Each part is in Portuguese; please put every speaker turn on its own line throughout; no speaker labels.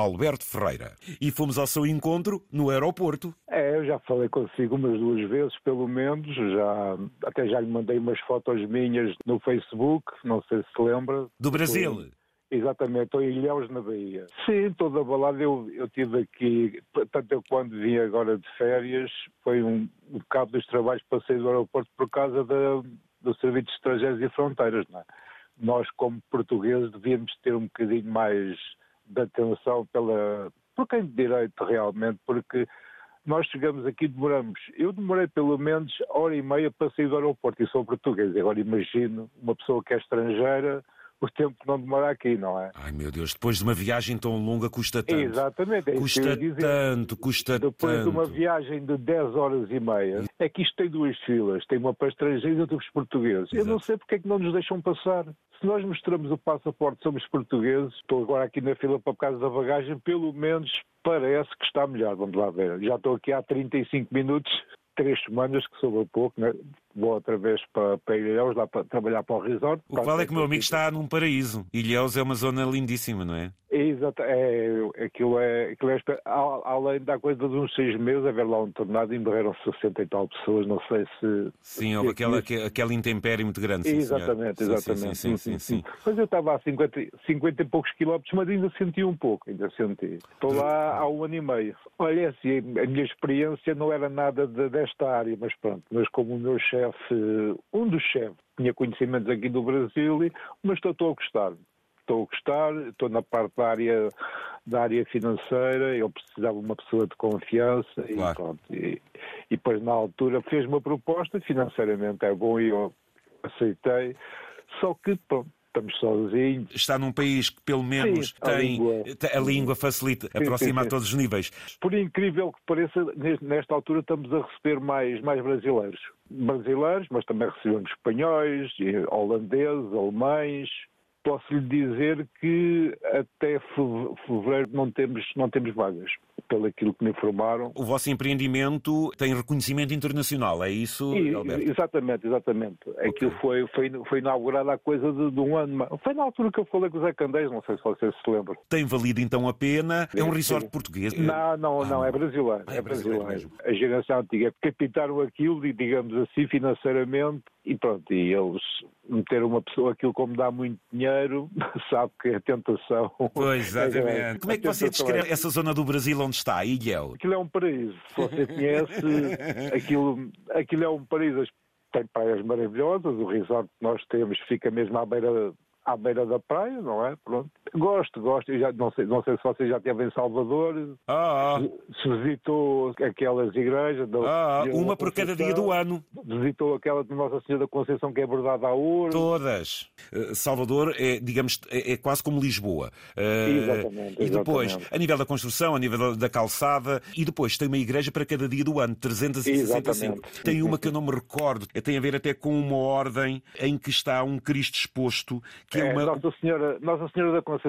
Alberto Ferreira. E fomos ao seu encontro no aeroporto.
É, eu já falei consigo umas duas vezes, pelo menos. Já, até já lhe mandei umas fotos minhas no Facebook, não sei se se lembra.
Do Brasil.
Exatamente, estou em Ilhéus, na Bahia. Sim, toda a balada eu, eu tive aqui, tanto eu quando vim agora de férias, foi um, um bocado dos trabalhos que passei do aeroporto por causa da, do Serviço de Estrangeiros e Fronteiras. Não é? Nós, como portugueses, devíamos ter um bocadinho mais de atenção pela, por quem de direito realmente, porque nós chegamos aqui demoramos. Eu demorei pelo menos hora e meia para sair do aeroporto e sou português. Agora imagino uma pessoa que é estrangeira o tempo que não demora aqui, não é?
Ai meu Deus, depois de uma viagem tão longa custa tanto.
Exatamente, é isso que eu
Custa
ia dizer.
tanto, custa
Depois
tanto.
de uma viagem de 10 horas e meia, é que isto tem duas filas. Tem uma para estrangeiros e outra para os portugueses. Eu não
Exato.
sei porque é que não nos deixam passar. Se nós mostramos o passaporte, somos portugueses. Estou agora aqui na fila para por causa da bagagem. Pelo menos parece que está melhor. Vamos lá ver. Já estou aqui há 35 minutos. Três semanas, que soube a pouco, né? vou outra vez para, para Ilhéus, lá para trabalhar para o resort.
O que vale é que o meu amigo está num paraíso. Ilhéus é uma zona lindíssima, não é?
Exato, é, aquilo é, aquilo é espe- al- além da coisa de uns seis meses, haver lá um tornado e morreram 60 e tal pessoas, não sei se.
Sim, houve aquela, aque- aquele intempério muito grande. sim, senhor.
exatamente,
Sim,
exatamente.
Sim, sim, sim. sim, sim.
Mas eu estava a 50, e- 50 e poucos quilómetros, mas ainda senti um pouco, ainda senti. Estou lá há um ano e meio. Olha, assim, a minha experiência não era nada de- desta área, mas pronto, mas como o meu chefe, um dos chefes, tinha conhecimentos aqui do Brasil, e- mas estou, estou a gostar. Estou a gostar, estou na parte da área, da área financeira, eu precisava de uma pessoa de confiança e
Claro.
pronto. E, e depois na altura fez uma proposta, financeiramente é bom e eu aceitei. Só que, pronto, estamos sozinhos.
Está num país que pelo menos
a
tem
língua.
te- a língua facilita,
sim,
aproxima a
sim.
todos os níveis.
Por incrível que pareça, nes- nesta altura estamos a receber mais, mais brasileiros. Brasileiros, mas também recebemos espanhóis, e holandeses, alemães. Posso lhe dizer que até feve- fevereiro não temos, não temos vagas, pelo aquilo que me informaram.
O vosso empreendimento tem reconhecimento internacional, é isso,
E-
Alberto?
exatamente, exatamente. Aquilo foi, foi, foi inaugurado há coisa de, de um ano. Foi na altura que eu falei com o Zé Candeias, não sei se vocês se lembram.
Tem valido então a pena? É um resort português?
Não, não,
Ah,
não, é brasileiro.
Ah, é
é brasileiro.
brasileiro mesmo.
A geração antiga captaram aquilo, e, digamos assim, financeiramente, e pronto, e eles meteram uma pessoa aquilo como dá muito dinheiro, sabe que é tentação.
Pois, exatamente.
grande.
Como é que
A
você
tentação
descreve essa zona do Brasil onde está, Ilhéu?
Aquilo é um paraíso. Se você conhece, aquilo, aquilo é um paraíso. Tem praias maravilhosas, o resort que nós temos fica mesmo à beira, à beira da praia, não é? Pronto. Gosto, gosto. Eu já, não, sei, não sei se você já esteve em Salvador,
Ah, ah,
se visitou aquelas igrejas. da-
ah,
de
uma por cada dia
Conceição,
do ano.
Visitou aquela de Nossa Senhora da Conceição que é bordada à ouro.
Todas. Eh, Salvador é, digamos, é é quase como Lisboa. Eh,
Exatamente,
E depois,
exatamente.
a nível da construção, a nível da calçada, e depois tem uma igreja para cada dia do ano, 365.
Exatamente.
Tem uma que eu não me recordo, é, tem a ver até com uma ordem em que está um Cristo exposto, que é,
É,
uma.
Nossa, Senhora, Nossa Senhora da Conceição.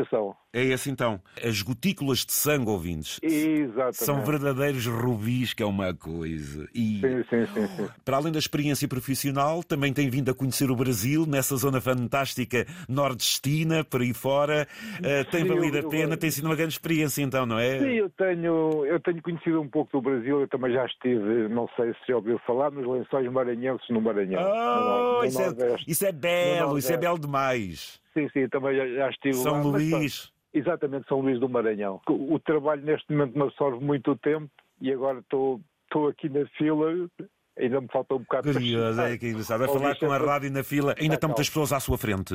É esse então. As gotículas de sangue, ouvintes,
Exatamente.
são verdadeiros rubis, que é uma coisa. E...
Sim, sim, sim, sim.
Para além da experiência profissional, também tem vindo a conhecer o Brasil, nessa zona fantástica nordestina, por aí fora. Eh, tem
Sim,
valido
eu-
a
eu-
pena, tem sido uma grande experiência, então, não é?
Sim, eu tenho, eu tenho conhecido um pouco do Brasil, eu também já estive, não sei se já ouviu falar, nos lençóis maranhenses no Maranhão.
Oh,
no, no
isso, é,
Nordeste.
isso é belo, isso é
Nordeste.
belo demais.
Sim, sim, é também já, já estive lá.
São
mas, pá,
Luís.
exatamente, São Luís do Maranhão. O, o trabalho neste momento me absorve muito tempo e agora estou estou aqui na fila, ainda me falta um bocado
Curioso,
para
é
chegar.
que engraçado. A
São
falar
Luís é
com a
sempre-
rádio na fila, ainda
Ah,
estão muitas pessoas à sua frente.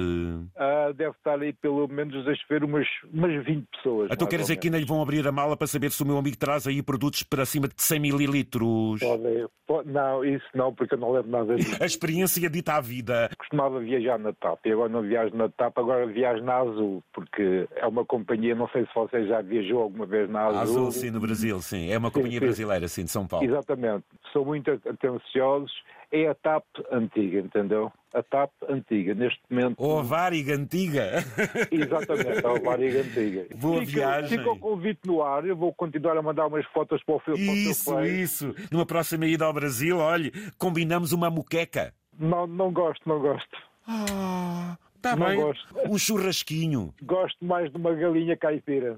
Ah, deve estar aí pelo menos, deixa eu ver, umas, umas 20 pessoas.
Então
mais
quer
ou
dizer que
menos.
ainda lhe vão abrir a mala para saber se o meu amigo traz aí produtos para cima de 100 mililitros.
Pode- pode- não, isso não, porque eu não levo nada disso.
A experiência dita à vida.
costumava viajar na TAP e agora não viajo na TAP, agora viajo na Azul, porque é uma companhia, não sei se você já viajou alguma vez na Azul.
Azul, sim, no Brasil, sim. É uma companhia
sim.
brasileira, sim, de São Paulo.
Exatamente, são muito atenciosos. É a TAP antiga, entendeu? A TAP antiga, neste momento.
Ou a Variga antiga.
Exatamente, a Variga antiga.
Boa
fica,
viagem.
Fica o convite no ar, eu vou continuar a mandar umas fotos para o filme.
Isso, isso. Numa próxima ida ao Brasil, olhe, combinamos uma muqueca.
Não, não gosto, não gosto.
Ah, tá
Não
bem.
gosto.
Um churrasquinho.
Gosto mais de uma galinha caipira.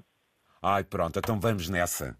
Ai, pronto, então vamos nessa.